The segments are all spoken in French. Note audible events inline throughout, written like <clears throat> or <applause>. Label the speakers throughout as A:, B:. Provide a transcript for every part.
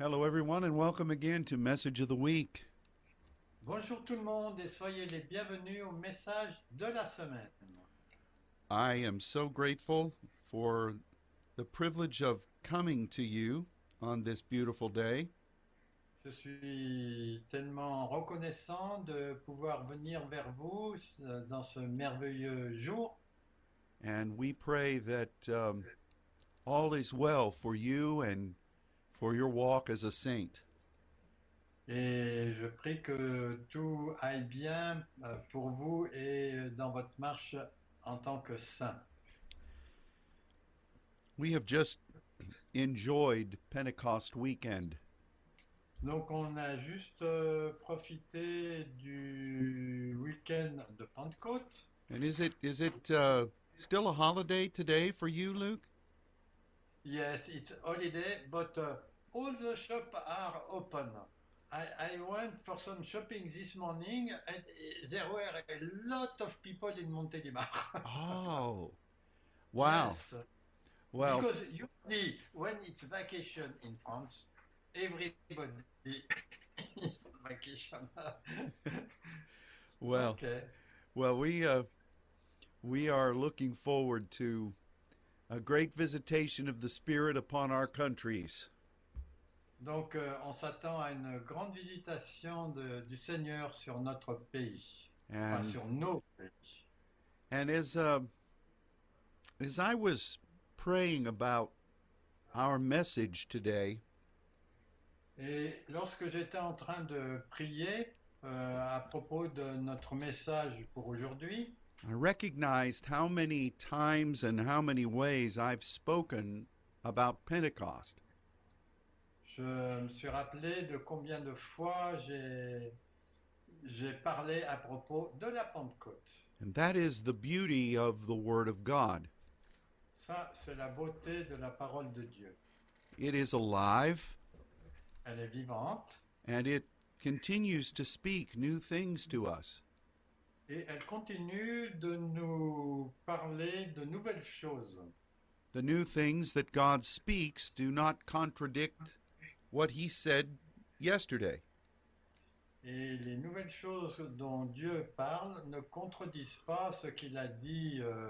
A: Hello, everyone, and welcome again to Message of the Week.
B: Bonjour tout le monde et soyez les bienvenus au message de la semaine.
A: I am so grateful for the privilege of coming to you on this beautiful day.
B: Je suis tellement reconnaissant de pouvoir venir vers vous euh, dans ce merveilleux jour
A: And we pray that um, all is well for you and for your walk as a saint.
B: et je prie que tout aille bien euh, pour vous et dans votre marche en tant que saint.
A: We have just enjoyed Pentecost weekend,
B: Donc on a juste euh, profité du week-end de Pentecôte.
A: and is it is it uh, still a holiday today for you, Luke?
B: Yes, it's holiday, but uh, all the shops are open. I, I went for some shopping this morning, and uh, there were a lot of people in Montélimar. <laughs>
A: Oh, wow!
B: Yes,
A: Well,
B: because usually when it's vacation in France, everybody <laughs> is on vacation.
A: <laughs> well.
B: okay.
A: Well, we uh, we are looking forward to a great visitation of the Spirit upon our countries.
B: Donc euh, on s'attend à une grande visitation de- du Seigneur sur notre pays, enfin
A: And
B: sur nos pays.
A: and as uh, as I was praying about our message today,
B: Et lorsque j'étais en train de prier euh, à propos de notre message pour aujourd'hui,
A: I recognized how many times and how many ways I've spoken about Pentecost.
B: je me suis rappelé de combien de fois j'ai j'ai parlé à propos de la Pentecôte.
A: And that is the beauty of the Word of God.
B: Ça, c'est la beauté de la parole de Dieu.
A: It is alive
B: Elle est vivante
A: and it continues to speak new things to us.
B: et elle continue de nous parler de nouvelles choses.
A: The new things that God speaks do not contradict what He said yesterday.
B: Et les nouvelles choses dont Dieu parle ne contredisent pas ce qu'il a dit euh,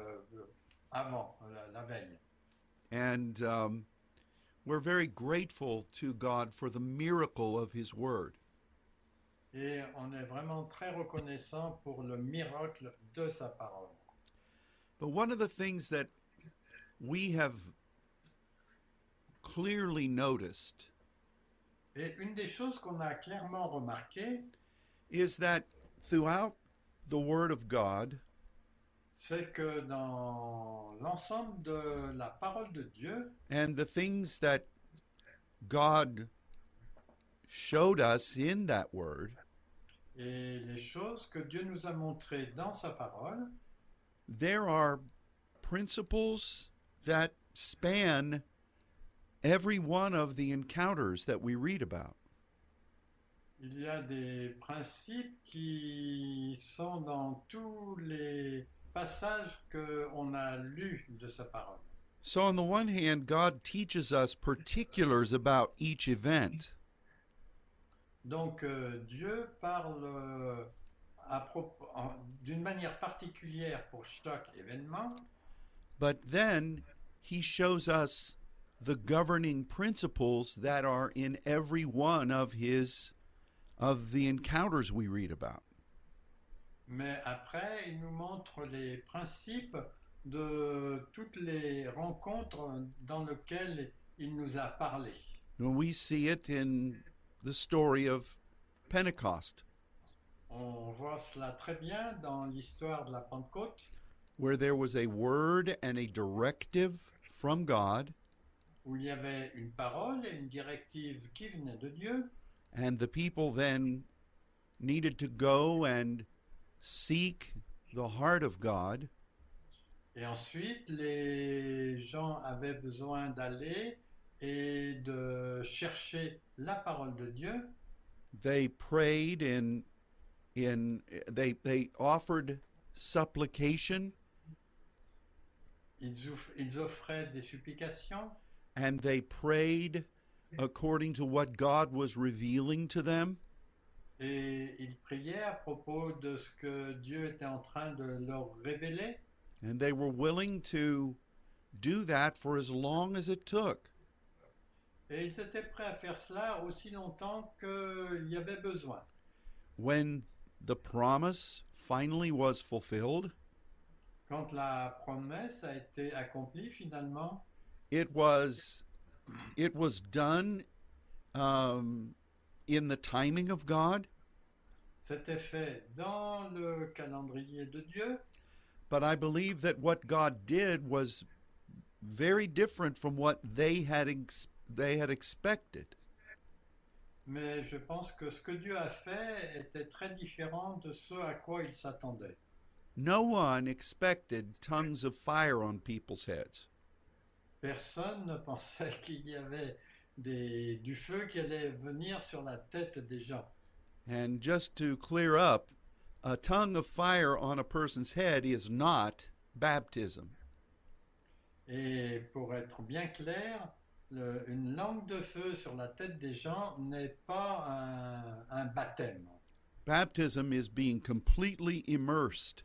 B: avant, la- la veille.
A: And um, we're very grateful to God for the miracle of His Word.
B: Et on est vraiment très reconnaissant pour le miracle de sa parole.
A: But one of the things that we have clearly noticed
B: Et une des choses qu'on a clairement remarqué,
A: is that throughout the Word of God,
B: c'est que dans l'ensemble de la parole de Dieu
A: and the things that God showed us in that Word,
B: et les choses que Dieu nous a montrées dans sa parole,
A: there are principles that span every one of the encounters that we read about.
B: il y a des principes qui sont dans tous les passages qu'on a lus de sa parole.
A: So, on the one hand, God teaches us particulars about each event,
B: Donc euh, Dieu parle euh, à propos- en- d'une manière particulière pour chaque événement,
A: but then He shows us the governing principles that are in every one of His of the encounters we read about.
B: mais après il nous montre les principes de toutes les rencontres dans lesquelles il nous a parlé.
A: And we see it in the story of Pentecost,
B: On voit cela très bien dans l'histoire de la Pentecôte,
A: where there was a word and a directive from God,
B: où il y avait une parole et une directive qui venait de Dieu,
A: and the people then needed to go and seek the heart of God,
B: Et ensuite, les gens avaient besoin d'aller et de chercher la parole de Dieu.
A: they prayed in in they they offered supplication
B: Ils, ouf- ils offraient des supplications
A: and they prayed according to what God was revealing to them.
B: Et ils priaient à propos de ce que Dieu était en train de leur révéler.
A: And they were willing to do that for as long as it took.
B: Et ils étaient prêts à faire cela aussi longtemps qu'il y avait besoin.
A: When the promise finally was fulfilled,
B: Quand la promesse a été accomplie finalement,
A: it was it was done um, in the timing of God,
B: c'était fait dans le calendrier de Dieu.
A: but I believe that what God did was very different from what they had ex- they had expected.
B: Mais je pense que ce que Dieu a fait était très différent de ce à quoi il s'attendait.
A: No one expected tongues of fire on people's heads.
B: Personne ne pensait <laughs> qu'il y avait des- du feu qui allait venir sur la tête des gens.
A: And just to clear up, a tongue of fire on a person's head is not baptism.
B: Et pour être bien clair, le- une langue de feu sur la tête des gens n'est pas un, un baptême.
A: Baptism is being completely immersed.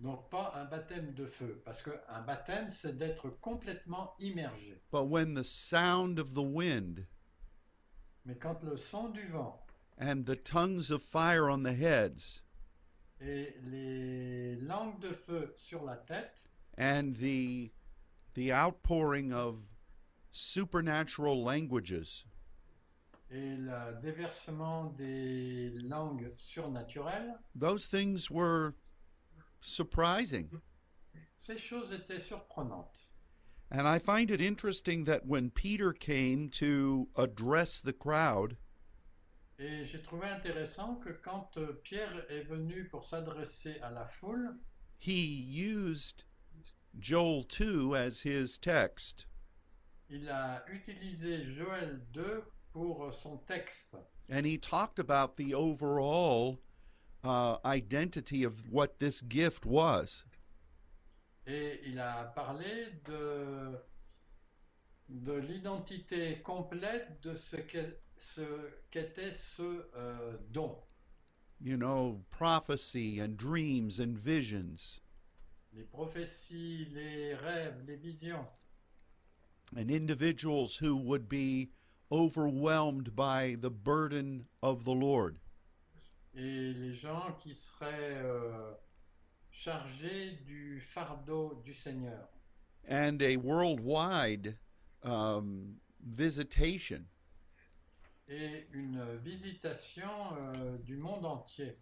B: Donc pas un baptême de feu, parce qu'un baptême, c'est d'être complètement immergé.
A: But when the sound of the wind
B: Mais quand le son du vent
A: and the tongues of fire on the heads
B: et les langues de feu sur la tête,
A: and the the outpouring of supernatural languages
B: et le déversement des langues surnaturelles,
A: those things were surprising
B: ces choses étaient surprenantes.
A: and i find it interesting that when peter came to address the crowd
B: Et j'ai trouvé intéressant que quand euh, Pierre est venu pour s'adresser à la foule,
A: he used joel 2 as his text
B: il a utilisé Joël 2 pour euh, son texte.
A: and he talked about the overall uh, identity of what this gift was
B: Et il a parlé de, de l'identité complète de ce qu'est- ce qu'était ce, euh, don.
A: you know, prophecy and dreams and visions.
B: Les prophéties, les rêves, les visions.
A: And individuals who would be overwhelmed by the burden of the Lord.
B: et les gens qui seraient euh, chargés du fardeau du Seigneur
A: And a worldwide um, visitation.
B: et une visitation euh, du monde entier.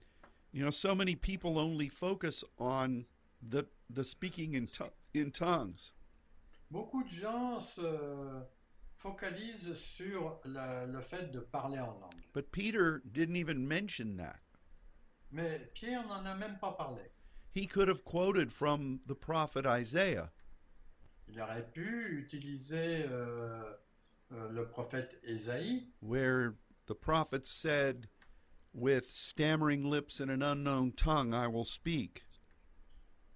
A: You know, so many people only focus on the, the speaking in, to- in tongues.
B: Beaucoup de gens se focalisent sur la- le fait de parler en langue,
A: But Peter didn't even mention that.
B: mais Pierre n'en a même pas parlé.
A: He could have quoted from the prophet Isaiah.
B: Il aurait pu utiliser euh, euh, le prophète Ésaïe
A: where the prophet said, With stammering lips and an unknown tongue I will speak.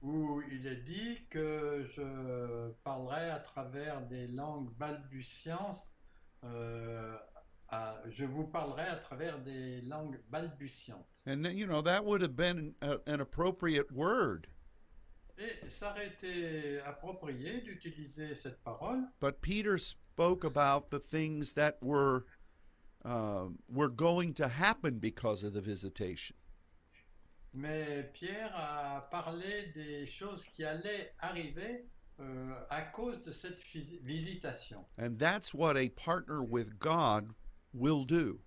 B: où il est dit que je parlerai à travers des langues balbutiantes. euh, à- je vous parlerai à travers des langues balbutiantes.
A: And, then, you know, that would have been a, an appropriate word.
B: Et ça aurait été approprié d'utiliser cette parole,
A: But Peter spoke about the things that were, um were going to happen because of the visitation.
B: mais Pierre a parlé des choses qui allaient arriver euh, à cause de cette fis- visitation.
A: And that's what a partner with God will do.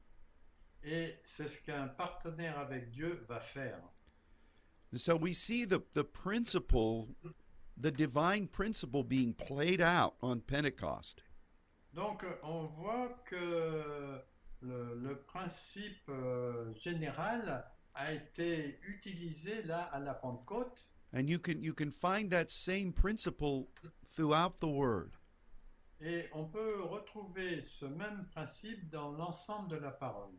B: Et c'est ce qu'un partenaire avec Dieu va faire.
A: And so we see the, the principle, the divine principle being played out on Pentecost.
B: Donc, euh, on voit que le, le principe euh, général a été utilisé là à la Pentecôte
A: And you can you can find that same principle throughout the word.
B: et on peut retrouver ce même principe dans l'ensemble de la parole.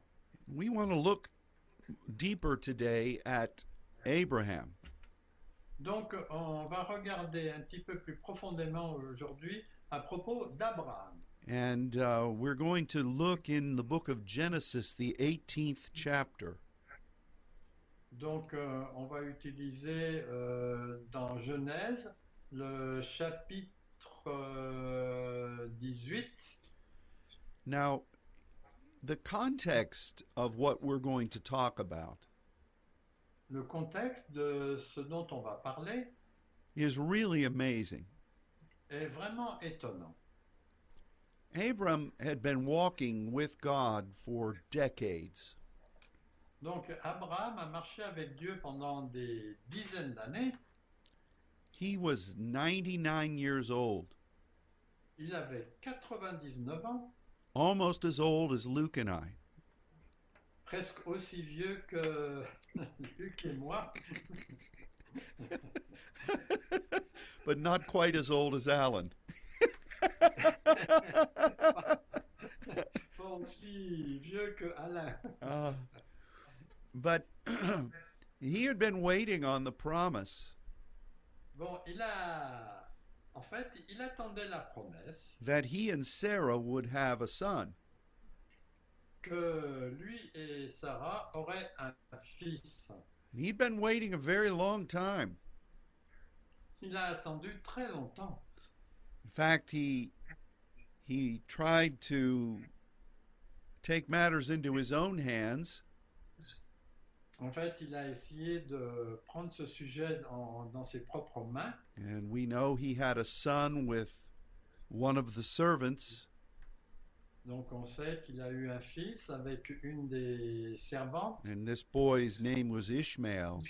A: We want to look deeper today at Abraham.
B: Donc, on va regarder un petit peu plus profondément aujourd'hui à propos d'Abraham.
A: And uh, we're going to look in the book of Genesis, the 18th chapter.
B: Donc, euh, on va utiliser euh, dans Genèse le chapitre euh, 18.
A: Now, the context of what we're going to talk about
B: Le contexte de ce dont on va parler
A: is really amazing.
B: est vraiment étonnant.
A: Abram had been walking with God for decades.
B: Donc, Abraham a marché avec Dieu pendant des dizaines d'années.
A: He was 99 years old,
B: Il avait 99 ans,
A: almost as old as Luke and I.
B: presque aussi vieux que <laughs> Luc et moi,
A: <laughs> but not quite as old as Alan.
B: pas aussi vieux que Alain.
A: Uh, but <clears throat> he had been waiting on the promise
B: Bon, il a. En fait, il attendait la promesse
A: that he and Sarah would have a son.
B: que lui et Sarah auraient un fils.
A: And he'd been waiting a very long time.
B: Il a attendu très longtemps.
A: In fact, he he tried to take matters into his own hands
B: En fait, il a essayé de prendre ce sujet dans, dans ses propres mains.
A: And we know he had a son with one of the servants,
B: Donc, on sait qu'il a eu un fils avec une des servantes.
A: and this boy's name was Ishmael.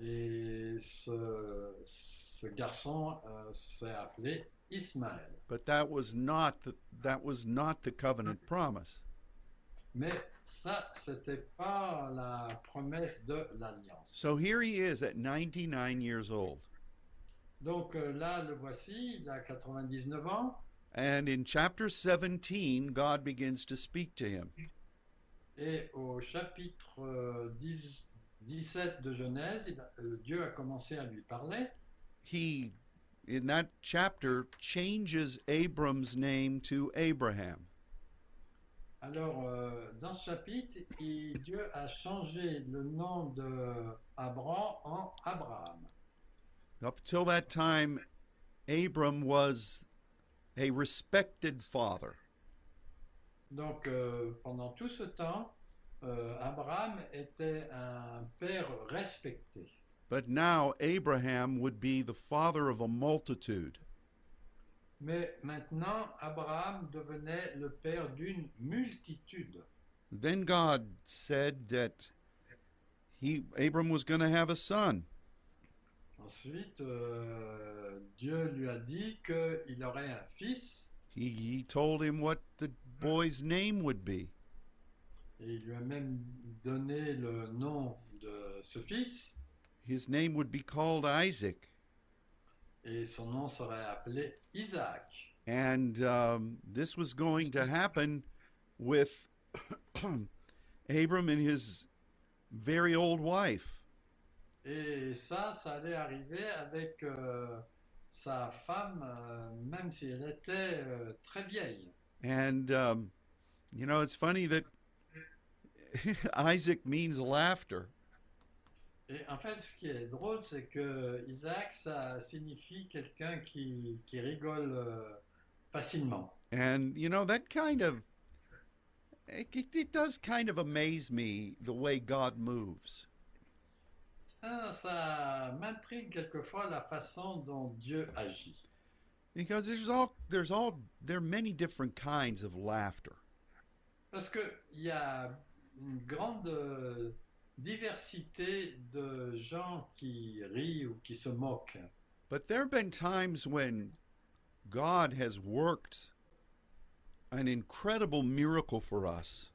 B: Et ce, ce garçon euh, s'est appelé Ismaël.
A: But that was not the, that was not the covenant promise.
B: Mais ça, c'était pas la promesse de l'alliance.
A: So here he is at 99 years old.
B: Donc euh, là, le voici, il a 99 ans.
A: And in chapter 17, God begins to speak to him.
B: Et au chapitre euh, 10 17 de Genèse, il a- euh, Dieu a commencé à lui parler.
A: He in that chapter changes Abram's name to Abraham.
B: Alors, euh, dans ce chapitre, il- Dieu a changé le nom de Abraham en Abraham.
A: Up till that time, Abram was a respected father.
B: Donc, euh, pendant tout ce temps, euh, Abraham était un père respecté.
A: But now Abraham would be the father of a multitude.
B: Mais maintenant, Abraham devenait le père d'une multitude.
A: Then God said that he Abram was going to have a son,
B: Ensuite, euh, Dieu lui a dit qu'il aurait un fils
A: he, he told him what the boy's name would be.
B: et il lui a même donné le nom de ce fils
A: His name would be called Isaac,
B: et son nom serait appelé Isaac.
A: and um, this was going to happen with <coughs> Abram and his very old wife.
B: Et ça, ça allait arriver avec euh, sa femme, euh, même si elle était euh, très vieille.
A: And um, you know, it's funny that <laughs> Isaac means laughter.
B: Et en fait, ce qui est drôle, c'est que Isaac, ça signifie quelqu'un qui, qui rigole euh, facilement.
A: And you know that kind of it, it, it does kind of amaze me the way God moves.
B: Ah, ça m'intrigue quelquefois la façon dont Dieu agit.
A: Because there's all there's all there are many different kinds of laughter.
B: Parce qu'il y a une grande euh, diversité de gens qui rient ou qui se moquent.
A: But there have been times when God has worked an incredible miracle for us.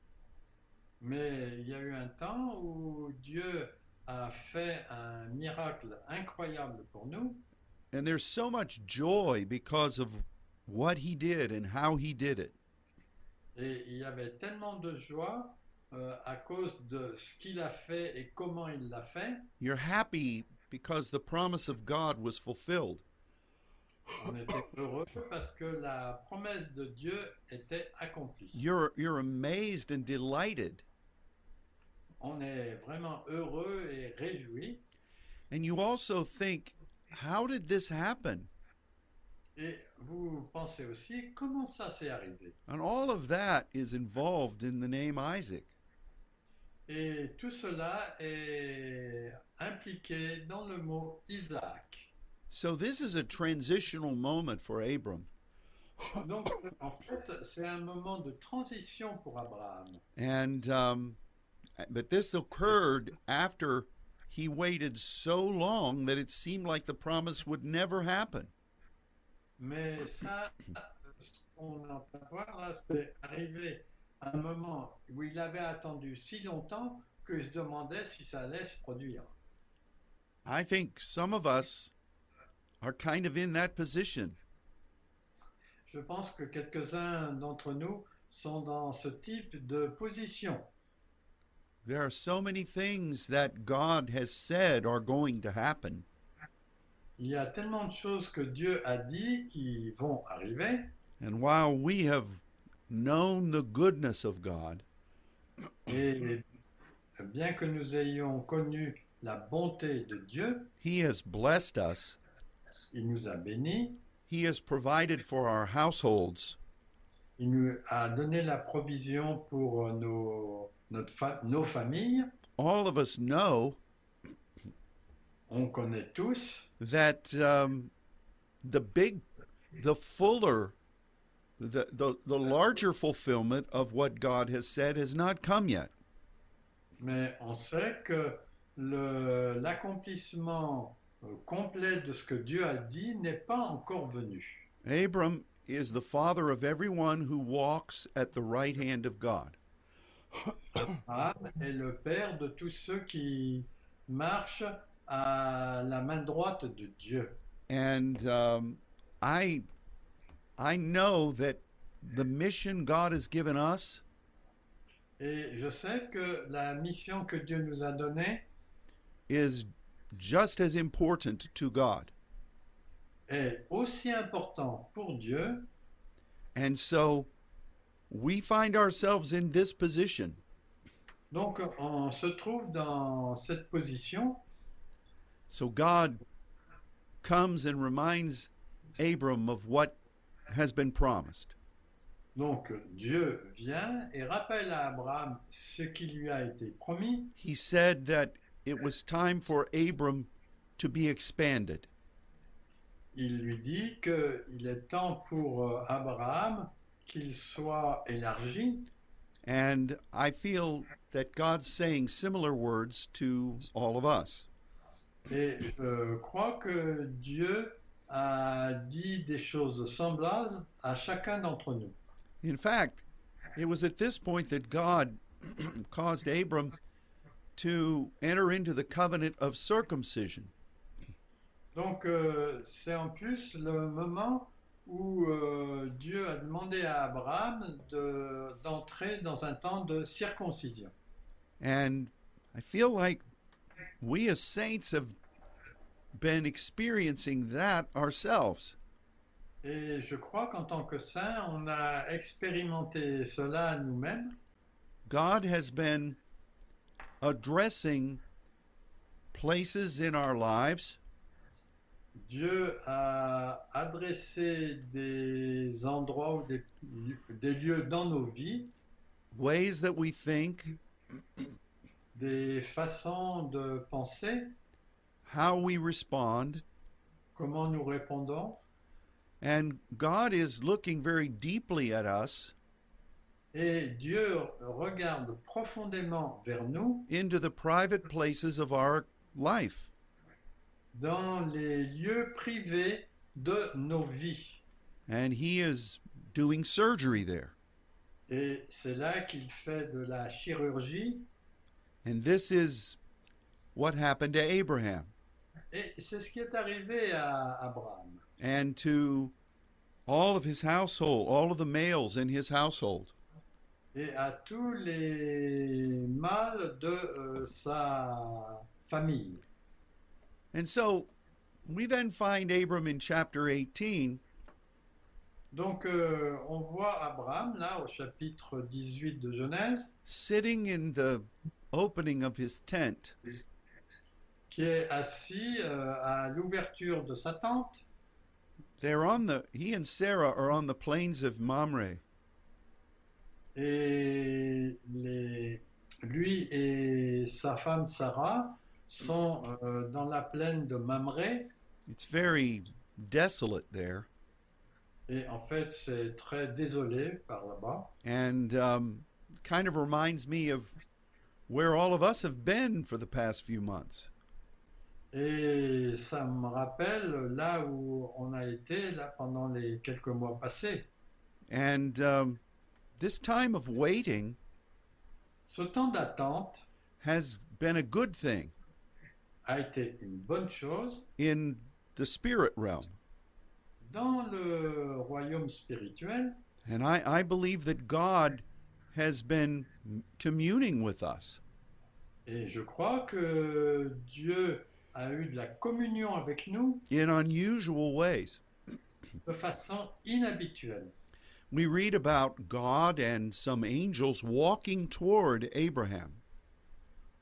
B: Mais il y a eu un temps où Dieu a fait un miracle incroyable pour nous.
A: And there's so much joy because of what he did and how he did it.
B: Et il y avait tellement de joie euh, à cause de ce qu'il a fait et comment il l'a fait.
A: You're happy because the promise of God was fulfilled.
B: On était heureux parce que la promesse de Dieu était accomplie.
A: You're, you're amazed and delighted.
B: On est vraiment heureux et réjouis.
A: And you also think, how did this happen?
B: Et vous pensez aussi comment ça s'est arrivé.
A: And all of that is involved in the name Isaac.
B: Et tout cela est impliqué dans le mot Isaac.
A: So this is a transitional moment for Abram.
B: Donc en fait, c'est un moment de transition pour Abraham.
A: And um, but this occurred after he waited so long that it seemed like the promise would never happen.
B: Mais ça, ce qu'on est en train de voir là, c'est arrivé à un moment où il avait attendu si longtemps qu'il se demandait si ça allait se produire.
A: I think some of us are kind of in that position.
B: Je pense que quelques-uns d'entre nous sont dans ce type de position.
A: There are so many things that God has said are going to happen,
B: Il y a tellement de choses que Dieu a dit qui vont arriver.
A: and while we have known the goodness of God,
B: Et bien que nous ayons connu la bonté de Dieu,
A: He has blessed us.
B: il nous a bénis,
A: He has provided for our households.
B: il nous a donné la provision pour nos, notre fa- nos familles.
A: All of us know
B: On connaît tous
A: that um, the big, the fuller, the, the the larger fulfillment of what God has said has not come yet.
B: Mais on sait que le- l'accomplissement euh, complet de ce que Dieu a dit n'est pas encore venu.
A: Abram is the father of everyone who walks at the right hand of God.
B: Abraham est le père de tous ceux qui marchent à la main droite de Dieu.
A: And um, I, I know that the mission God has given us
B: Et je sais que la mission que Dieu nous a donnée
A: is just as important to God.
B: est aussi importante pour Dieu.
A: And so we find ourselves in this position.
B: Donc on se trouve dans cette position.
A: So God comes and reminds Abram of what has been promised.
B: Donc Dieu vient et rappelle à Abraham ce qui lui a été promis.
A: He said that it was time for Abram to be expanded.
B: il lui dit qu'il est temps pour euh, Abraham qu'il soit élargi.
A: And I feel that God's saying similar words to all of us.
B: Et euh, je crois que Dieu a dit des choses semblables à chacun d'entre nous.
A: In fact, it was at this point that God <clears throat> caused Abram to enter into the covenant of circumcision.
B: Donc euh, c'est en plus le moment où euh, Dieu a demandé à Abraham de- d'entrer dans un temps de circoncision.
A: And I feel like we as saints have been experiencing that ourselves.
B: Et je crois qu'en tant que saint, on a expérimenté cela nous-mêmes.
A: God has been addressing places in our lives
B: Dieu a adressé des endroits ou des, des lieux dans nos vies,
A: ways that we think,
B: des façons de penser,
A: how we respond,
B: comment nous répondons.
A: and God is looking very deeply at us
B: Et Dieu regarde profondément vers nous
A: into the private places of our life.
B: dans les lieux privés de nos vies.
A: And He is doing surgery there.
B: Et c'est là qu'il fait de la chirurgie.
A: And this is what happened to Abraham.
B: Et c'est ce qui est arrivé à Abraham
A: and to all of his household, all of the males in his household.
B: et à tous les mâles de euh, sa famille.
A: And so We then find Abram in chapter 18
B: Donc, euh, on voit Abraham, là, au chapitre 18 de Genèse,
A: sitting in the opening of his tent
B: qui est assis euh, à l'ouverture de sa tente.
A: They're on the he and Sarah are on the plains of Mamre.
B: Et les- lui et sa femme Sarah sont euh, dans la plaine de Mamré.
A: It's very desolate there,
B: Et en fait, c'est très désolé par là-bas.
A: and um, kind of reminds me of where all of us have been for the past few months.
B: Et ça me rappelle là où on a été là pendant les quelques mois passés.
A: And um, this time of waiting
B: Ce temps d'attente
A: has been a good thing
B: a été une bonne chose
A: in the spirit realm,
B: dans le royaume spirituel.
A: and I, I believe that God has been communing with us.
B: Et je crois que Dieu a eu de la communion avec nous
A: in unusual ways.
B: de façon inhabituelle.
A: We read about God and some angels walking toward Abraham.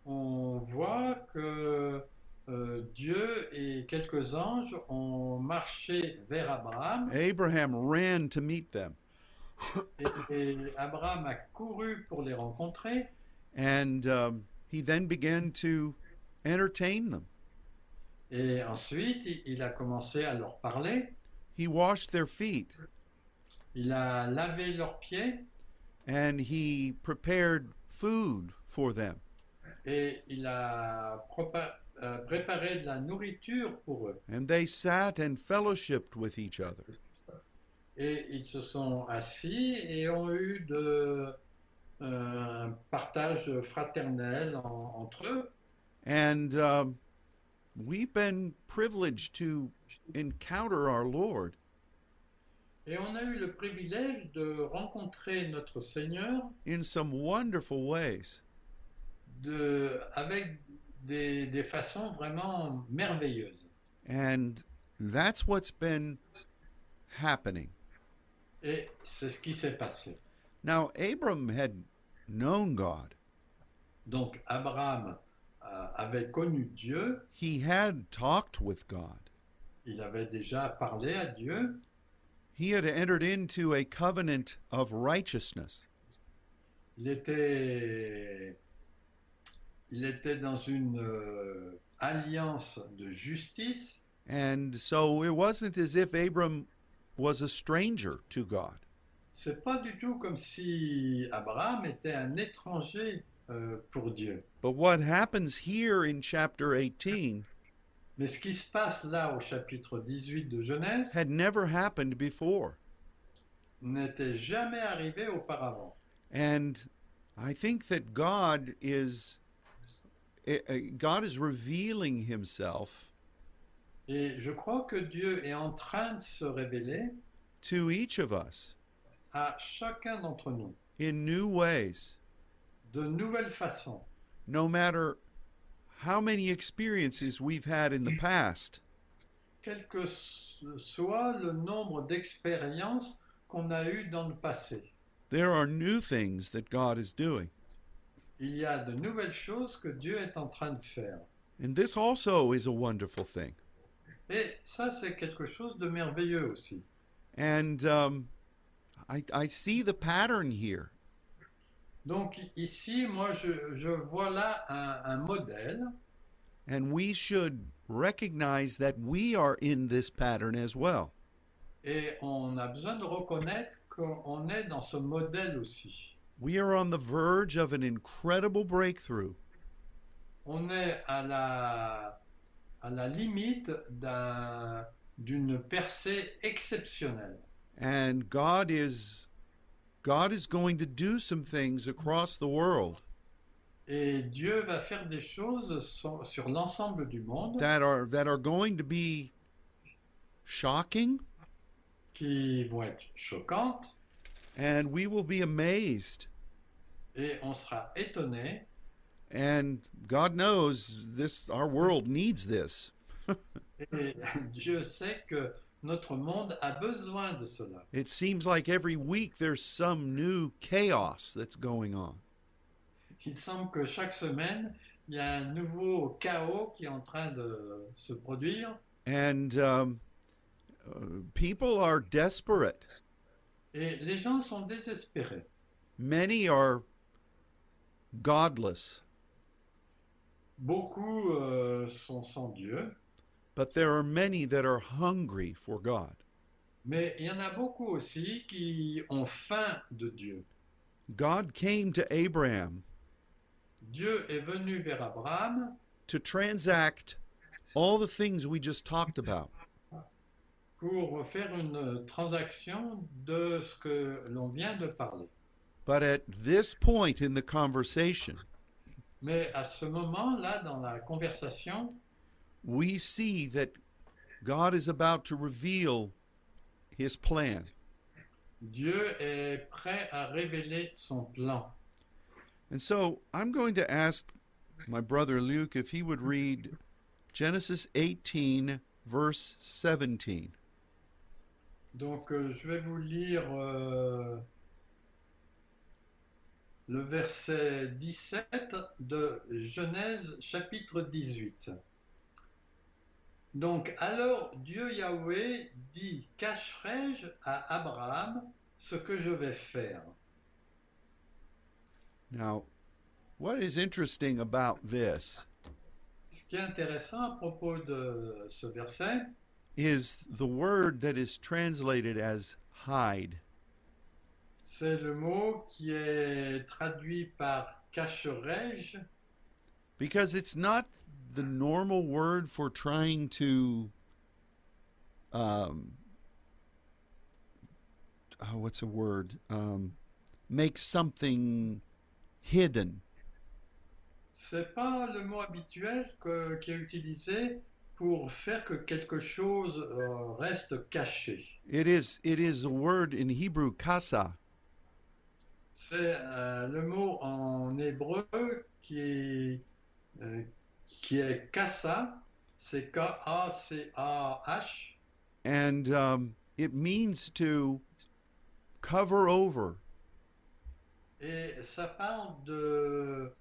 B: On voit que euh, Dieu et quelques anges ont marché vers Abraham
A: Abraham ran to meet them,
B: et, et Abraham a couru pour les rencontrer
A: and um, he then began to entertain them.
B: et ensuite il- il a commencé à leur parler.
A: He washed their feet
B: Il a lavé leurs pieds
A: and he prepared food for them.
B: et il a propa- euh, préparé de la nourriture pour eux.
A: And they sat and fellowshipped with each other.
B: Et ils se sont assis et ont eu de, euh, un partage fraternel en- entre eux.
A: And um, we've been privileged to encounter our Lord
B: Et on a eu le privilège de rencontrer notre Seigneur
A: in some wonderful ways.
B: de, avec des, des façons vraiment merveilleuses.
A: And that's what's been happening.
B: Et c'est ce qui s'est passé.
A: Now, Abram had known God,
B: Donc Abraham euh, avait connu Dieu,
A: he had talked with God,
B: il avait déjà parlé à Dieu,
A: he had entered into a covenant of righteousness.
B: il était, il était dans une euh, alliance de justice.
A: And so it wasn't as if Abram was a stranger to God.
B: C'est pas du tout comme si Abraham était un étranger euh, pour Dieu.
A: But what happens here in chapter 18
B: Mais ce qui se passe là au chapitre 18 de Genèse
A: had never happened before.
B: n'était jamais arrivé auparavant.
A: And I think that God is eh, eh, God is revealing himself
B: Et je crois que Dieu est en train de se révéler
A: to each of us
B: à chacun d'entre nous
A: in new ways,
B: de nouvelles façons.
A: no matter how many experiences we've had in the past.
B: Quel que so- soit le nombre d'expériences qu'on a eues dans le passé,
A: There are new things that God is doing.
B: il y a de nouvelles choses que Dieu est en train de faire.
A: And this also is a wonderful thing.
B: Et ça, c'est quelque chose de merveilleux aussi.
A: And um, I, I see the pattern here.
B: Donc ici, moi, je, je vois là un, un modèle
A: And we should recognize that we are in this pattern as well.
B: et on a besoin de reconnaître qu'on est dans ce modèle aussi.
A: We are on the verge of an incredible breakthrough.
B: On est à la, à la limite d'un- d'une percée exceptionnelle.
A: And God is God is going to do some things across the world.
B: Et Dieu va faire des choses sur, sur l'ensemble du monde
A: that are that are going to be shocking
B: qui vont être choquantes
A: and we will be amazed
B: et on sera étonné.
A: and god knows this our world needs this
B: Et <laughs> Dieu sait que notre monde a besoin de cela.
A: It seems like every week there's some new chaos that's going on.
B: Il semble que chaque semaine, il y a un nouveau chaos qui est en train de se produire
A: And um, uh, people are desperate.
B: et les gens sont désespérés.
A: Many are godless,
B: Beaucoup euh, sont sans Dieu,
A: but there are many that are hungry for God.
B: mais il y en a beaucoup aussi qui ont faim de Dieu.
A: God came to Abraham
B: Dieu est venu vers Abraham
A: to transact all the things we just talked about.
B: pour faire une transaction de ce que l'on vient de parler.
A: But at this point in the conversation,
B: Mais à ce moment-là, dans la conversation,
A: we see that God is about to reveal his plan.
B: Dieu est prêt à révéler son plan.
A: And so I'm going to ask my brother Luke if he would read Genesis 18, verse 17.
B: Donc, euh, je vais vous lire euh, le verset 17 de Genèse chapitre 18. Donc, alors Dieu Yahweh dit, cacherai-je à Abraham ce que je vais faire
A: Now, what is interesting about this
B: Ce qui est intéressant à propos de ce verset,
A: is the word that is translated as hide.
B: c'est le mot qui est traduit par cacherai-je
A: because it's not the normal word for trying to um oh, what's a word um make something hidden
B: C'est pas le mot habituel que- qui est utilisé pour faire que quelque chose euh, reste caché.
A: it is it is a word in hebrew kasa
B: C'est euh, le mot en hébreu qui est, euh, qui est kassa, c'est K-A-C-A-H,
A: and um it means to cover over
B: et ça parle de,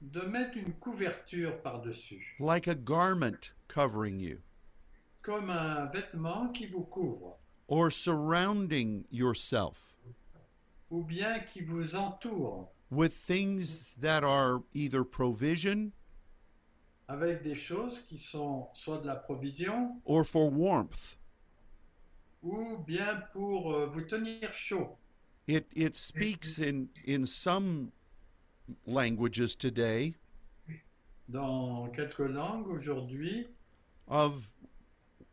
B: de mettre une couverture par-dessus,
A: like a garment covering you
B: comme un vêtement qui vous couvre,
A: or surrounding yourself
B: ou bien qui vous entoure,
A: with things that are either provision
B: avec des choses qui sont soit de la provision,
A: or for warmth.
B: ou bien pour euh, vous tenir chaud.
A: It it speaks in in some languages today
B: Dans quelques langues aujourd'hui,
A: of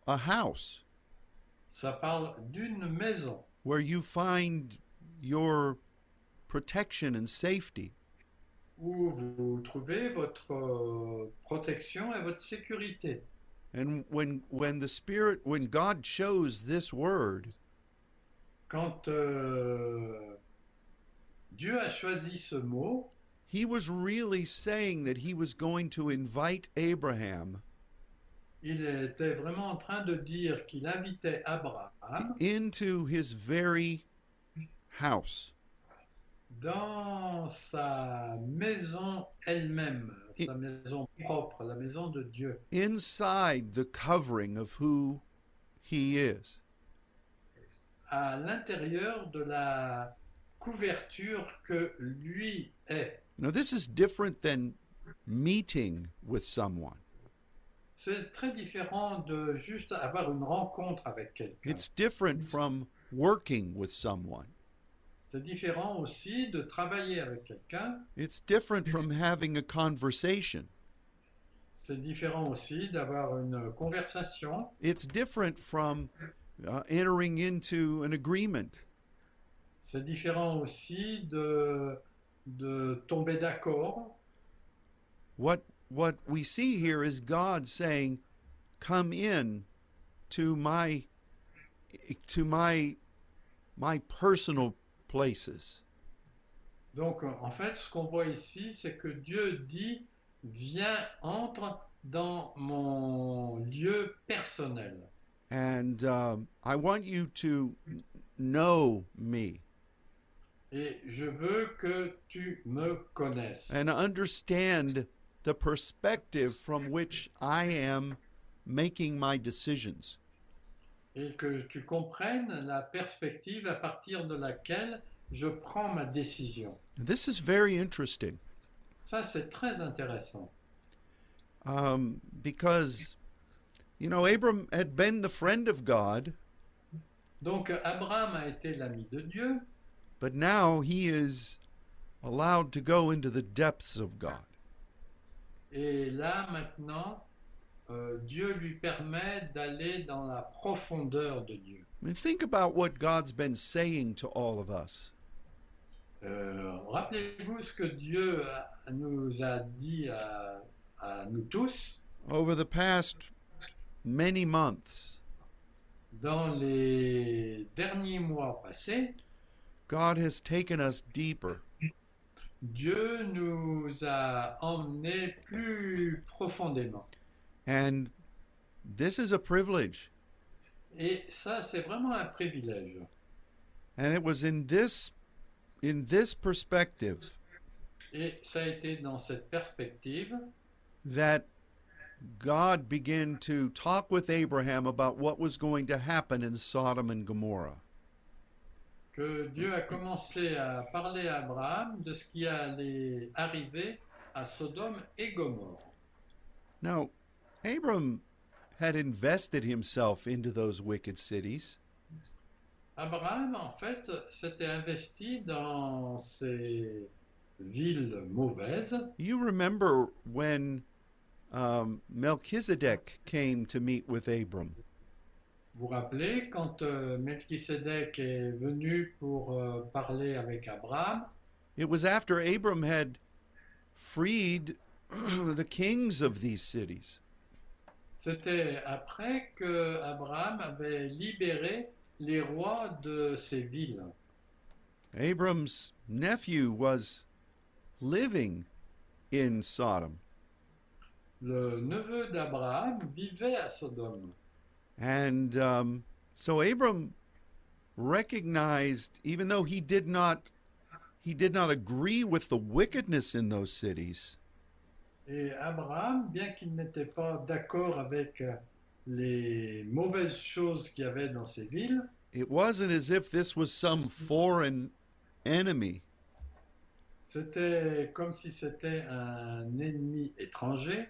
A: a house
B: ça parle d'une maison
A: where you find your protection and safety.
B: où vous trouvez votre euh, protection et votre sécurité.
A: And when when the spirit when God chose this word,
B: Quand euh, Dieu a choisi ce mot,
A: he was really saying that he was going to invite Abraham
B: il était vraiment en train de dire qu'il invitait Abraham
A: into his very house.
B: dans sa maison elle-même,
A: Et-
B: sa maison propre, la maison de Dieu.
A: inside the covering of who he is.
B: à l'intérieur de la couverture que lui est.
A: Now, this is different than meeting with someone,
B: C'est très différent de juste avoir une rencontre avec quelqu'un.
A: it's different from working with someone,
B: C'est différent aussi de travailler avec quelqu'un.
A: it's different from having a conversation,
B: C'est différent aussi d'avoir une conversation.
A: it's different from uh, entering into an agreement.
B: C'est différent aussi de, de tomber d'accord.
A: What, what we see here is God saying, Come in to my to my my personal places
B: euh, Donc en fait, ce qu'on voit ici, c'est que Dieu dit, viens, entre dans mon lieu personnel.
A: And um, I want you to n- know me
B: Et je veux que tu me connaisses
A: and understand the perspective from which I am making my decisions.
B: et que tu comprennes la perspective à partir de laquelle je prends ma décision.
A: This is very interesting
B: Ça, c'est très intéressant.
A: um, because, you know, Abram had been the friend of God,
B: Donc, Abraham a été l'ami de Dieu,
A: but now he is allowed to go into the depths of God.
B: et là, maintenant, euh, Dieu lui permet d'aller dans la profondeur de Dieu.
A: I mean, think about what God's been saying to all of us.
B: Euh, Rappelez-vous ce que Dieu a- nous a dit à, à nous tous
A: over the past many months,
B: dans les derniers mois passés.
A: God has taken us deeper.
B: Dieu nous a emmenés plus profondément.
A: And this is a privilege.
B: Et ça, c'est vraiment un privilège.
A: And it was in this in this perspective
B: Et ça a été dans cette perspective
A: that God began to talk with Abraham about what was going to happen in Sodom and Gomorrah.
B: que Dieu a commencé à parler à Abraham de ce qui allait arriver à Sodome et Gomorre.
A: Now, Abram had invested himself into those wicked cities,
B: Abraham, en fait, s'était investi dans ces villes mauvaises.
A: You remember when um, Melchizedek came to meet with Abram,
B: Vous vous rappelez, quand euh, Melchisédek est venu pour euh, parler avec Abraham,
A: it was after Abram had freed <clears throat> the kings of these cities.
B: C'était après que Abraham avait libéré les rois de ces villes.
A: Abram's nephew was living in Sodom,
B: Le neveu d'Abraham vivait à Sodome.
A: and um, so Abram recognized, even though he did not, he did not agree with the wickedness in those cities.
B: Et Abraham, bien qu'il n'était pas d'accord avec euh, les mauvaises choses qu'il y avait dans ces villes,
A: it wasn't as if this was some foreign enemy.
B: c'était comme si c'était un ennemi étranger.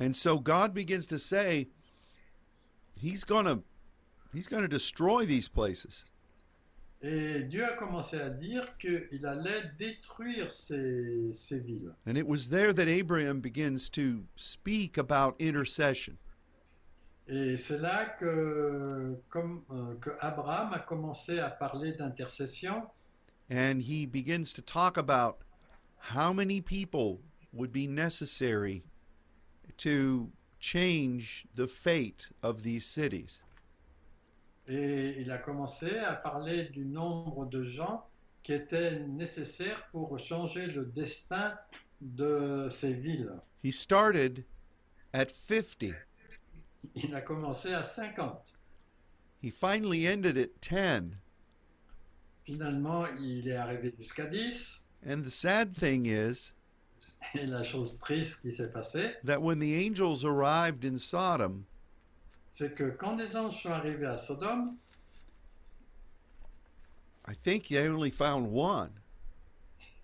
A: And so God begins to say, He's gonna He's gonna destroy these places.
B: Et Dieu a commencé à dire qu'il allait détruire ces, ces villes.
A: And it was there that Abraham begins to speak about intercession.
B: Et c'est là que, comme, euh, que Abraham a commencé à parler d'intercession
A: And he begins to talk about how many people would be necessary to change the fate of these cities.
B: et il a commencé à parler du nombre de gens qui étaient nécessaires pour changer le destin de ces villes.
A: He started at 50.
B: Il a commencé à 50.
A: He finally ended at 10.
B: Finalement, il est arrivé jusqu'à 10.
A: And the sad thing is
B: Et la chose triste qui s'est passée,
A: that when the angels arrived in Sodom,
B: c'est que quand les anges sont arrivés à Sodome,
A: I think they only found one,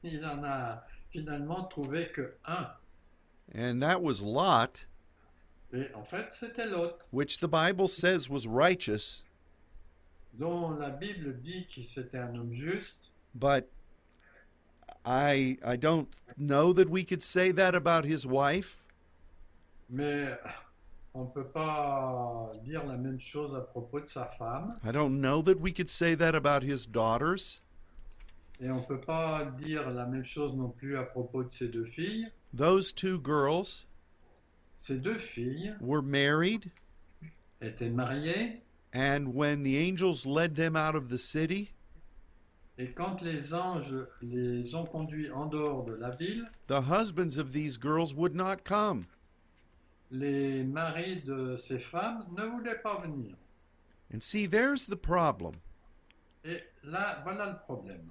B: il en a finalement trouvé que un.
A: and that was Lot,
B: Et en fait, c'était l'autre.
A: which the Bible says was righteous,
B: dont la Bible dit qu'il c'était un homme juste,
A: but I I don't know that we could say that about his wife.
B: mais on ne peut pas dire la même chose à propos de sa femme,
A: I don't know that we could say that about his daughters,
B: et on ne peut pas dire la même chose non plus à propos de ses deux filles.
A: those two girls
B: Ces deux filles
A: were married,
B: étaient mariées,
A: and when the angels led them out of the city,
B: et quand les anges les ont conduits en dehors de la ville,
A: the husbands of these girls would not come.
B: les maris de ces femmes ne voulaient pas venir.
A: And see, there's the problem.
B: Et là, voilà le problème.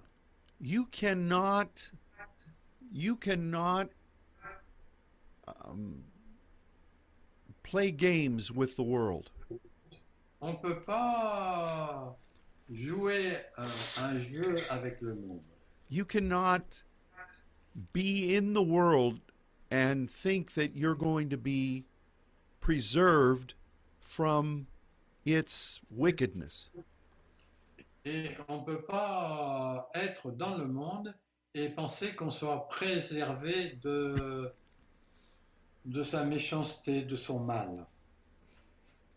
A: You cannot, you cannot um, play games with the world.
B: On ne peut pas jouer euh, un, un jeu avec le monde.
A: You cannot be in the world and think that you're going to be preserved from its wickedness.
B: Et on ne peut pas être dans le monde et penser qu'on soit préservé de, de sa méchanceté, de son mal.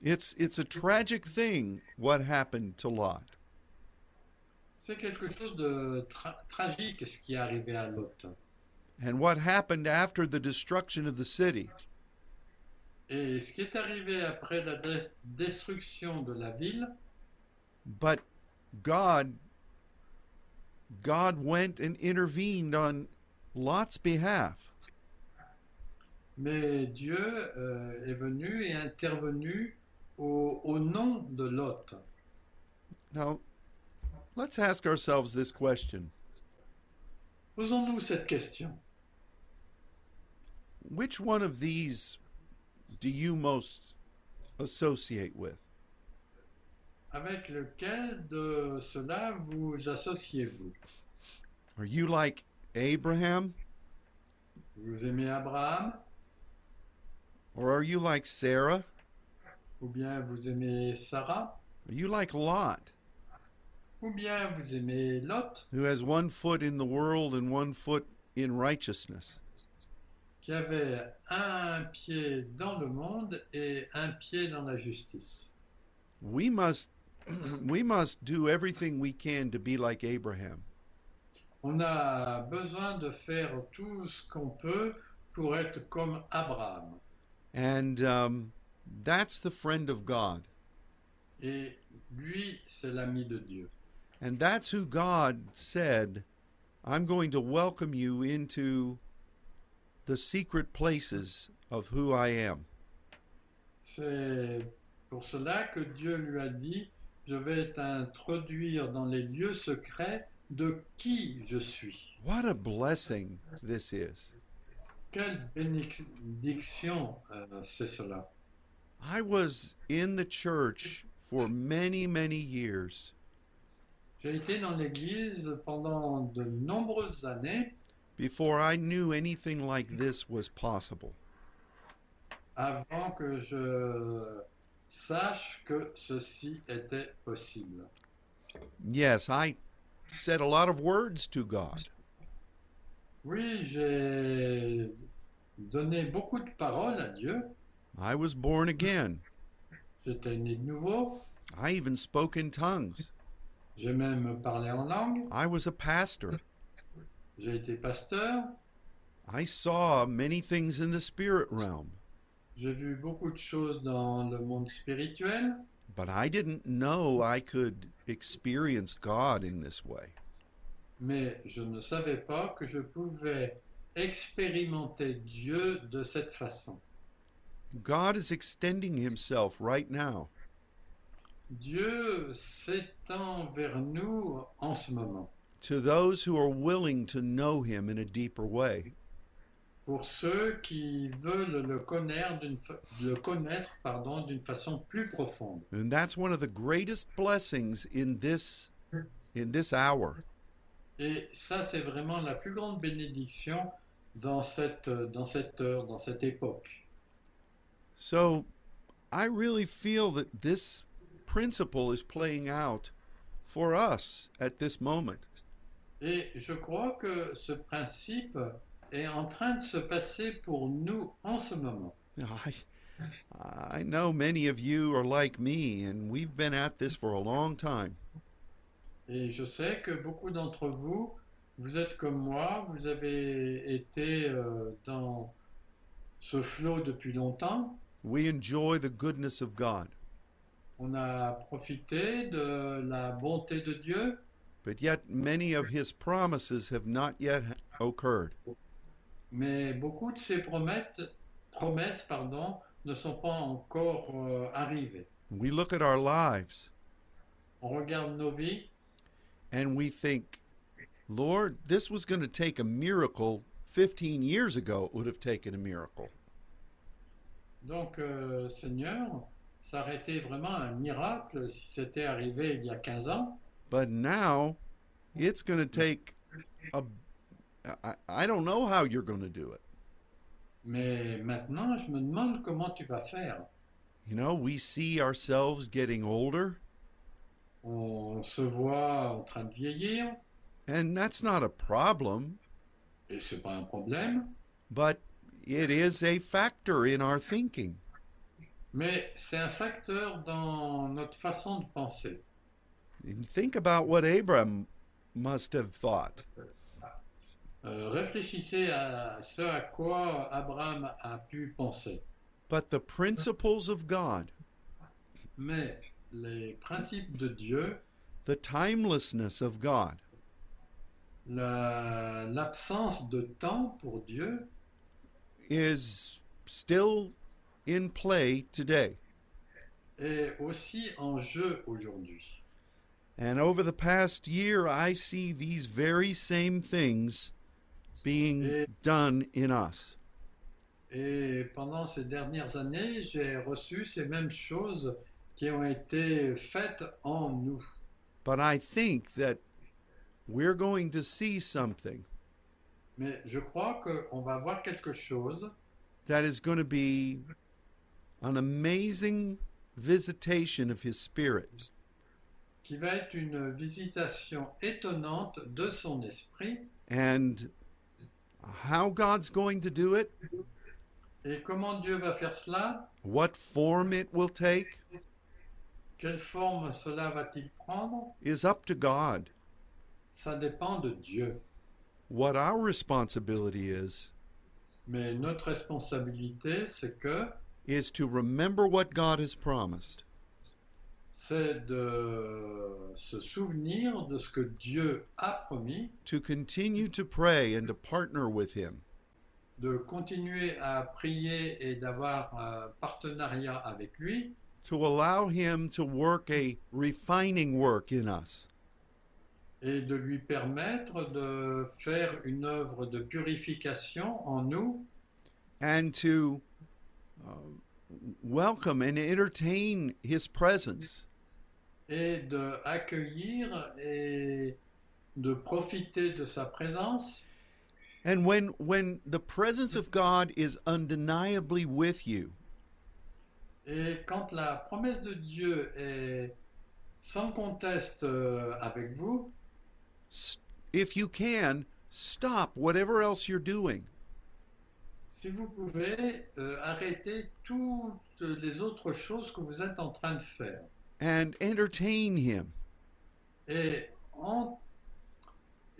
A: It's it's a tragic thing what happened to Lot.
B: C'est quelque chose de tra- tragique ce qui est arrivé à Lot.
A: And what happened after the destruction of the city
B: Et ce qui est arrivé après la des- destruction de la ville,
A: but God God went and intervened on Lot's behalf.
B: mais Dieu euh, est venu et intervenu au, au nom de Lot.
A: Now, let's ask ourselves this question.
B: Posons-nous cette question.
A: Which one of these do you most associate with?
B: Avec lequel de cela vous associez-vous
A: Are you like Abraham
B: Vous aimez Abraham
A: or are you like Sarah?
B: Ou bien vous aimez Sarah
A: Are you like Lot
B: Ou bien vous aimez Lot
A: who has one foot in the world and one foot in righteousness?
B: qui avait un pied dans le monde et un pied dans la justice.
A: we must <clears throat> we must do everything we can to be like Abraham.
B: On a besoin de faire tout ce qu'on peut pour être comme Abraham.
A: And um, that's the friend of God.
B: Et lui, c'est l'ami de Dieu.
A: And that's who God said, I'm going to welcome you into the secret places of who I am.
B: C'est pour cela que Dieu lui a dit, je vais t'introduire dans les lieux secrets de qui je suis.
A: What a blessing this is.
B: Quelle bénédiction euh, c'est cela.
A: I was in the church for many, many years
B: J'ai été dans l'Église pendant de nombreuses années
A: before I knew anything like this was possible.
B: avant que je sache que ceci était possible.
A: Yes, I said a lot of words to God.
B: Oui, j'ai donné beaucoup de paroles à Dieu.
A: I was born again.
B: J'étais né de nouveau.
A: I even spoke in tongues.
B: J'ai même parlé en langue.
A: I was a pastor.
B: J'ai été pasteur.
A: I saw many things in the spirit realm,
B: J'ai vu beaucoup de choses dans le monde spirituel,
A: but I didn't know I could experience God in this way.
B: mais je ne savais pas que je pouvais expérimenter Dieu de cette façon.
A: God is extending himself right now.
B: Dieu s'étend vers nous en ce moment,
A: To those who are willing to know him in a deeper way,
B: pour ceux qui veulent le connaître d'une, fa- le connaître, pardon, d'une façon plus profonde.
A: and that's one of the greatest blessings in this in this hour.
B: Et ça, c'est vraiment la plus grande bénédiction dans cette, dans cette heure, dans cette époque.
A: So I really feel that this principle is playing out for us at this moment. <laughs>
B: Et je crois que ce principe est en train de se passer pour nous en ce moment.
A: Now, I, I know many of you are like me, and we've been at this for a long time.
B: Et je sais que beaucoup d'entre vous, vous êtes comme moi, vous avez été euh, dans ce flot depuis longtemps.
A: We enjoy the goodness of God,
B: On a profité de la bonté de Dieu,
A: but yet many of His promises have not yet occurred.
B: mais beaucoup de ses promesses, promesses pardon, ne sont pas encore euh, arrivés.
A: We look at our lives
B: On regarde nos vies
A: and we think, Lord, this was going to take a miracle 15 years ago, it would have taken a miracle.
B: Donc, euh, Seigneur, ça aurait été vraiment un miracle si c'était arrivé il y a 15 ans.
A: But now it's going to take a. I, I don't know how you're going to do it.
B: Mais maintenant, je me demande comment tu vas faire.
A: You know, we see ourselves getting older,
B: On se voit en train de vieillir,
A: and that's not a problem,
B: et c'est pas un problème,
A: but it is a factor in our thinking.
B: mais c'est un facteur dans notre façon de penser.
A: And think about what Abram must have thought.
B: Euh, réfléchissez à ce à quoi Abraham a pu penser.
A: But the principles of God,
B: Mais les principes de Dieu,
A: the timelessness of God,
B: la- l'absence de temps pour Dieu
A: is still in play today.
B: est aussi en jeu aujourd'hui.
A: And over the past year, I see these very same things being
B: Yeah.
A: done in us.
B: Et pendant ces dernières années, j'ai reçu ces mêmes choses qui ont été faites en nous.
A: But I think that we're going to see something
B: Mais je crois qu'on va voir quelque chose
A: that is going to be an amazing visitation of His Spirit.
B: qui va être une visitation étonnante de son esprit.
A: And how God's going to do it,
B: Et comment Dieu va faire cela
A: what form it will take,
B: Quelle forme cela va-t-il prendre
A: is up to God.
B: Ça dépend de Dieu.
A: What our responsibility is,
B: Mais notre responsabilité, c'est que
A: is to remember what God has promised.
B: c'est de se souvenir de ce que Dieu a promis,
A: to continue to pray and to partner with Him
B: de continuer à prier et d'avoir un partenariat avec lui,
A: to allow Him to work a refining work in us
B: et de lui permettre de faire une œuvre de purification en nous
A: and to uh, welcome and entertain His presence
B: et de accueillir et de profiter de sa présence.
A: and when when the presence of God is undeniably with you
B: Et quand la promesse de Dieu est sans conteste euh, avec vous,
A: s- if you can stop whatever else you're doing
B: si vous pouvez euh, arrêter toutes les autres choses que vous êtes en train de faire
A: and entertain Him
B: et en-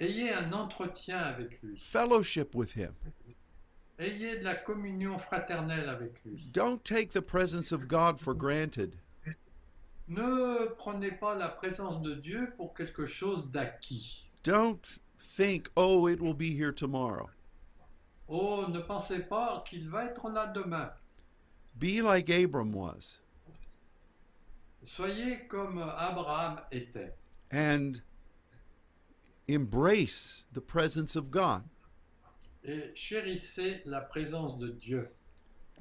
B: ayez un entretien avec lui,
A: fellowship with Him
B: ayez de la communion fraternelle avec lui.
A: don't take the presence of God for granted
B: Ne prenez pas la présence de Dieu pour quelque chose d'acquis.
A: Don't think, oh, it will be here tomorrow.
B: Oh, ne pensez pas qu'il va être là demain.
A: Be like Abram was
B: Soyez comme Abraham était.
A: and embrace the presence of God.
B: et chérissez la présence de Dieu.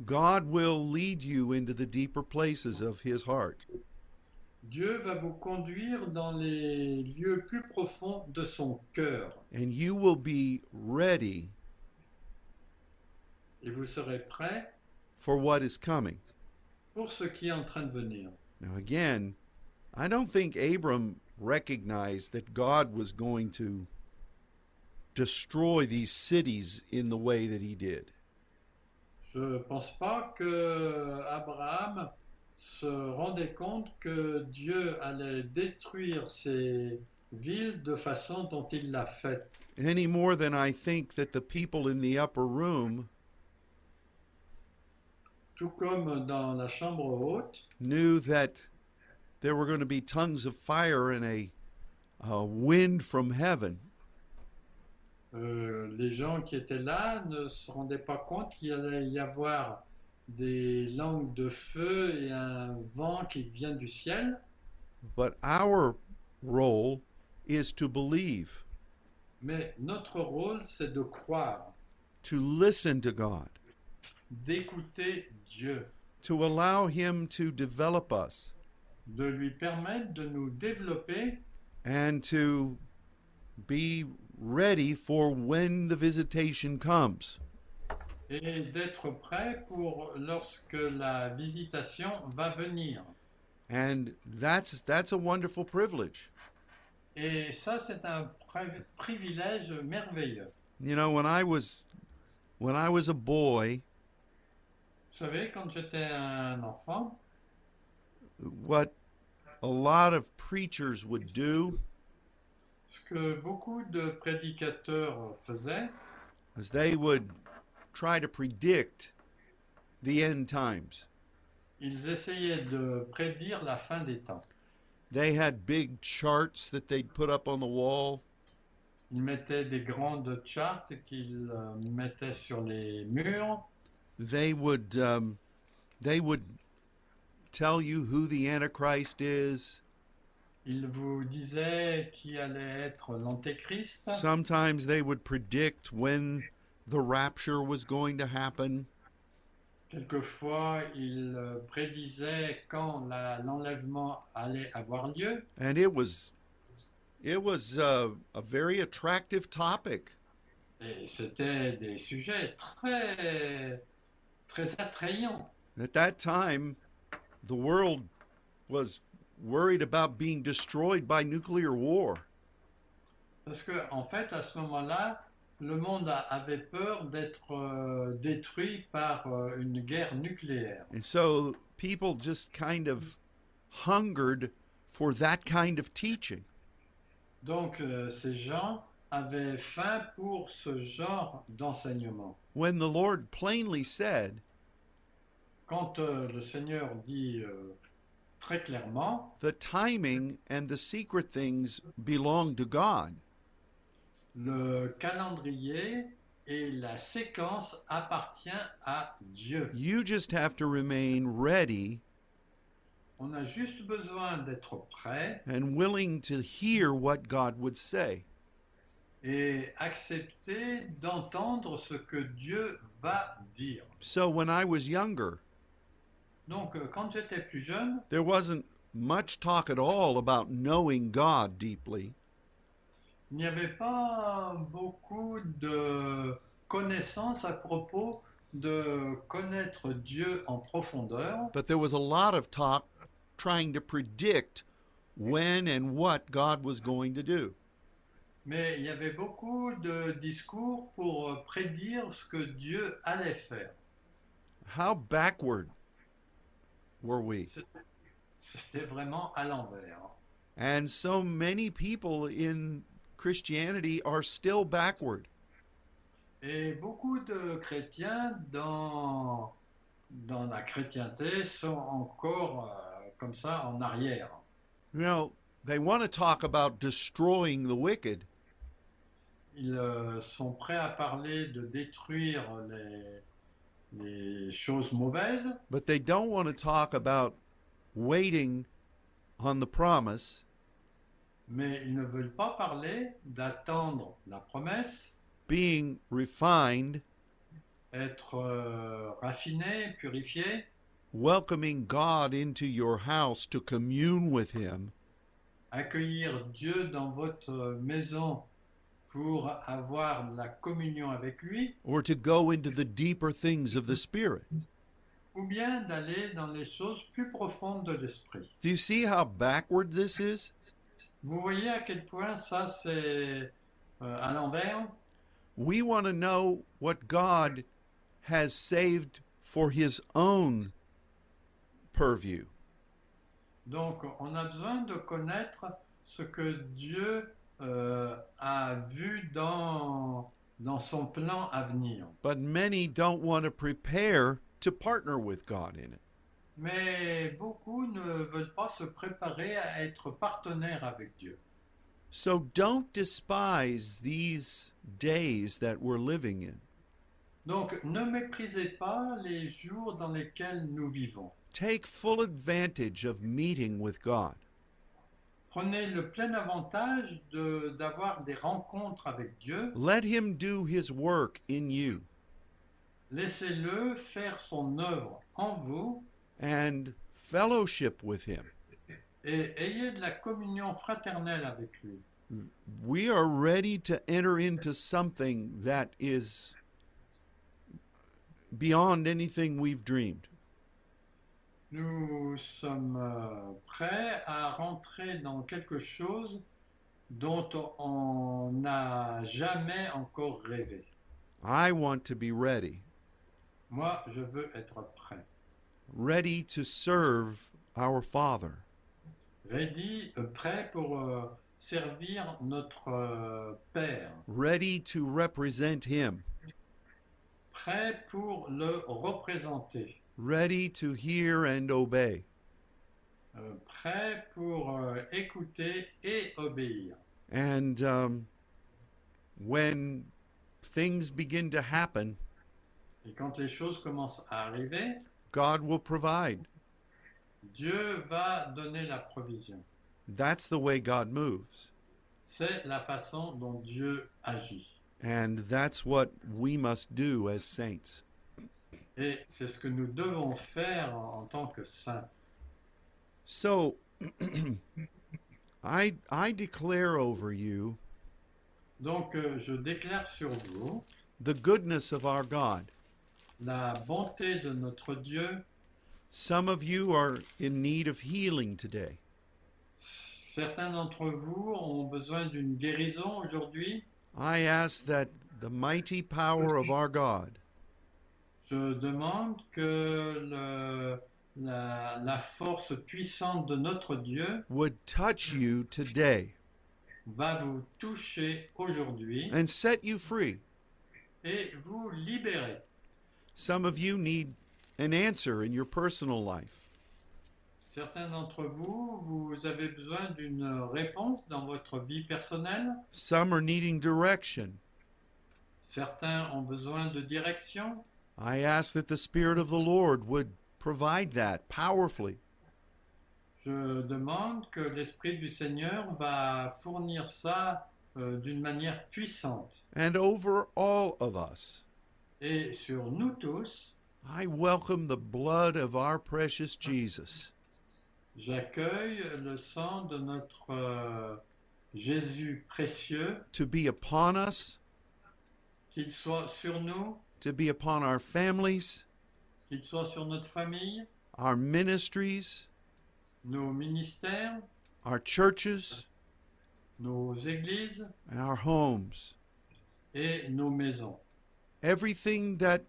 A: God will lead you into the deeper places of his heart.
B: Dieu va vous conduire dans les lieux plus profonds de son cœur
A: And you will be ready
B: et vous serez prêt
A: for what is coming.
B: pour ce qui est en train de venir.
A: Now, again, I don't think Abram recognized that God was going to destroy these cities in the way that he did.
B: Je ne pense pas que Abraham se rendait compte que Dieu allait détruire ces villes de façon dont il l'a faite.
A: any more than I think that the people in the upper room
B: Tout comme dans la chambre haute,
A: knew that there were going to be tongues of fire and a, a wind from heaven.
B: Euh, les gens qui étaient là ne se rendaient pas compte qu'il allait y avoir des langues de feu et un vent qui vient du ciel,
A: But our role is to believe,
B: mais notre rôle, c'est de croire,
A: to listen to God,
B: d'écouter Dieu,
A: to allow Him to develop us
B: de lui permettre de nous développer
A: and to be ready for when the visitation comes.
B: et d'être prêt pour lorsque la visitation va venir.
A: And that's that's a wonderful privilege.
B: Et ça, c'est un pri- privilège merveilleux.
A: You know, when I was when I was a boy,
B: Vous savez, quand j'étais un enfant,
A: what a lot of preachers would do
B: ce que beaucoup de prédicateurs faisaient,
A: is they would try to predict the end times.
B: ils essayaient de prédire la fin des temps.
A: They had big charts that they'd put up on the wall
B: Ils mettaient des grandes chartes qu'ils euh, mettaient sur les murs.
A: they would um, they would tell you who the antichrist is
B: Ils vous disaient qui allait être l'antéchrist.
A: sometimes they would predict when the rapture was going to happen
B: Quelquefois, ils euh, prédisaient quand la- l'enlèvement allait avoir lieu.
A: and it was it was uh, a very attractive topic
B: Et c'était des sujets très, très attrayants.
A: at that time the world was worried about being destroyed by nuclear war
B: Parce que, en fait, à ce moment-là, le monde a- avait peur d'être euh, détruit par euh, une guerre nucléaire.
A: and so people just kind of hungered for that kind of teaching
B: Donc, euh, ces gens avaient faim pour ce genre d'enseignement.
A: when the lord plainly said
B: Quand euh, le Seigneur dit euh, très clairement,
A: the timing and the secret things belong to God.
B: Le calendrier et la séquence appartient à Dieu.
A: You just have to remain ready
B: On a juste besoin d'être prêt
A: and willing to hear what God would say.
B: et accepter d'entendre ce que Dieu va dire.
A: So when I was younger,
B: Donc euh, quand j'étais plus jeune,
A: there wasn't much talk at all about knowing God deeply.
B: il n'y avait pas beaucoup de connaissances à propos de connaître Dieu en profondeur,
A: But there was a lot of talk trying to predict when and what God was going to do.
B: mais il y avait beaucoup de discours pour euh, prédire ce que Dieu allait faire. <laughs>
A: How backward were we?
B: C'était vraiment à l'envers. hein.
A: And so many people in Christianity are still backward.
B: Et beaucoup de chrétiens dans, dans la chrétienté sont encore euh, comme ça en arrière.
A: You know, they want to talk about destroying the wicked,
B: Ils euh, sont prêts à parler de détruire les, les choses mauvaises,
A: but they don't want to talk about waiting on the promise
B: mais ils ne veulent pas parler d'attendre la promesse,
A: being refined,
B: être euh, raffiné, purifié,
A: welcoming God into your house to commune with Him,
B: accueillir Dieu dans votre maison pour avoir la communion avec lui.
A: or to go into the deeper things of the Spirit.
B: ou bien d'aller dans les choses plus profondes de l'esprit.
A: Do you see how backward this is?
B: Vous voyez à quel point ça c'est euh, à l'envers.
A: We want to know what God has saved for His own purview.
B: Donc on a besoin de connaître ce que Dieu euh, a vu dans, dans son plan à venir.
A: but many don't want to prepare to partner with God in it.
B: Mais beaucoup ne veulent pas se préparer à être partenaires avec Dieu.
A: So don't despise these days that we're living in.
B: Donc, ne méprisez pas les jours dans lesquels nous vivons.
A: Take full advantage of meeting with God.
B: Prenez le plein avantage de- d'avoir des rencontres avec Dieu.
A: Let Him do His work in you.
B: Laissez-le faire son œuvre en vous
A: and fellowship with him.
B: et ayez de la communion fraternelle avec lui.
A: We are ready to enter into something that is beyond anything we've dreamed.
B: Nous sommes euh, prêts à rentrer dans quelque chose dont on n'a jamais encore rêvé.
A: I want to be ready,
B: Moi, je veux être prêt.
A: ready to serve our Father.
B: Ready, euh, prêt pour euh, servir notre euh, Père.
A: Ready to represent Him,
B: Prêt pour le représenter.
A: ready to hear and obey.
B: Euh, prêt pour euh, écouter et obéir.
A: And um, when things begin to happen,
B: Et quand les choses commencent à arriver,
A: God will provide.
B: Dieu va donner la provision.
A: That's the way God moves.
B: C'est la façon dont Dieu agit.
A: And that's what we must do as saints.
B: Et c'est ce que nous devons faire en, en tant que saints.
A: So <clears throat> I I declare over you
B: Donc euh, je déclare sur vous
A: the goodness of our God.
B: la bonté de notre Dieu.
A: Some of you are in need of healing today.
B: Certains d'entre vous ont besoin d'une guérison aujourd'hui.
A: I ask that the mighty power of our God
B: Je demande que le- la, la force puissante de notre Dieu
A: would touch you today
B: va vous toucher aujourd'hui
A: and set you free.
B: et vous libérer.
A: Some of you need an answer in your personal life.
B: Certains d'entre vous, vous avez besoin d'une réponse dans votre vie personnelle.
A: Some are needing direction.
B: Certains ont besoin de direction.
A: I ask that the Spirit of the Lord would provide that powerfully.
B: Je demande que l'Esprit du Seigneur va fournir ça euh, d'une manière puissante.
A: and over all of us.
B: Et sur nous tous,
A: I welcome the blood of our precious Jesus.
B: j'accueille le sang de notre euh, Jésus précieux,
A: to be upon us,
B: qu'il soit sur nous,
A: to be upon our families,
B: qu'il soit sur notre famille,
A: our ministries,
B: nos ministères,
A: our churches,
B: nos églises
A: and our homes.
B: et nos maisons.
A: Everything that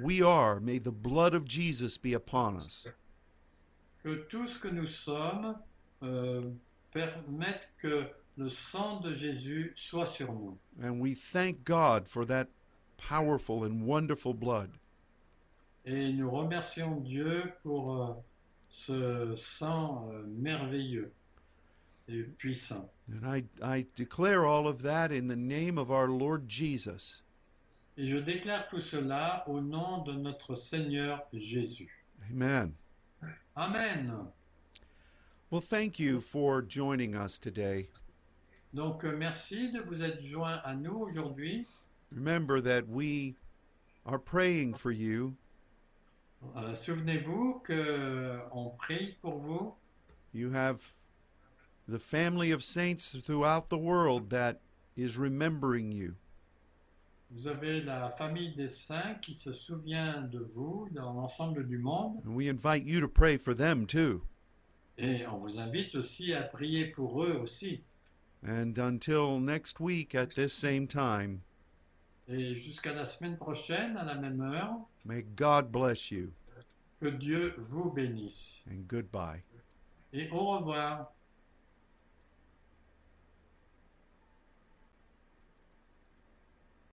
A: we are, may the blood of Jesus be upon us.
B: Que tout ce que nous sommes euh, permette que le sang de Jésus soit sur nous.
A: And we thank God for that powerful and wonderful blood.
B: Et nous remercions Dieu pour euh, ce sang euh, merveilleux et puissant.
A: And I, I declare all of that in the name of our Lord Jesus.
B: Et je déclare tout cela au nom de notre Seigneur Jésus.
A: Amen.
B: Amen.
A: Well, thank you for joining us today.
B: Donc euh, merci de vous être joint à nous aujourd'hui.
A: Remember that we are praying for you.
B: Euh, Souvenez-vous que euh, on prie pour vous.
A: You have the family of saints throughout the world that is remembering you.
B: Vous avez la famille des saints qui se souvient de vous dans l'ensemble du monde.
A: And we invite you to pray for them too.
B: Et on vous invite aussi à prier pour eux aussi.
A: And until next week at this same time,
B: Et jusqu'à la semaine prochaine, à la même heure,
A: may God bless you
B: que Dieu vous bénisse.
A: and goodbye.
B: Et au revoir.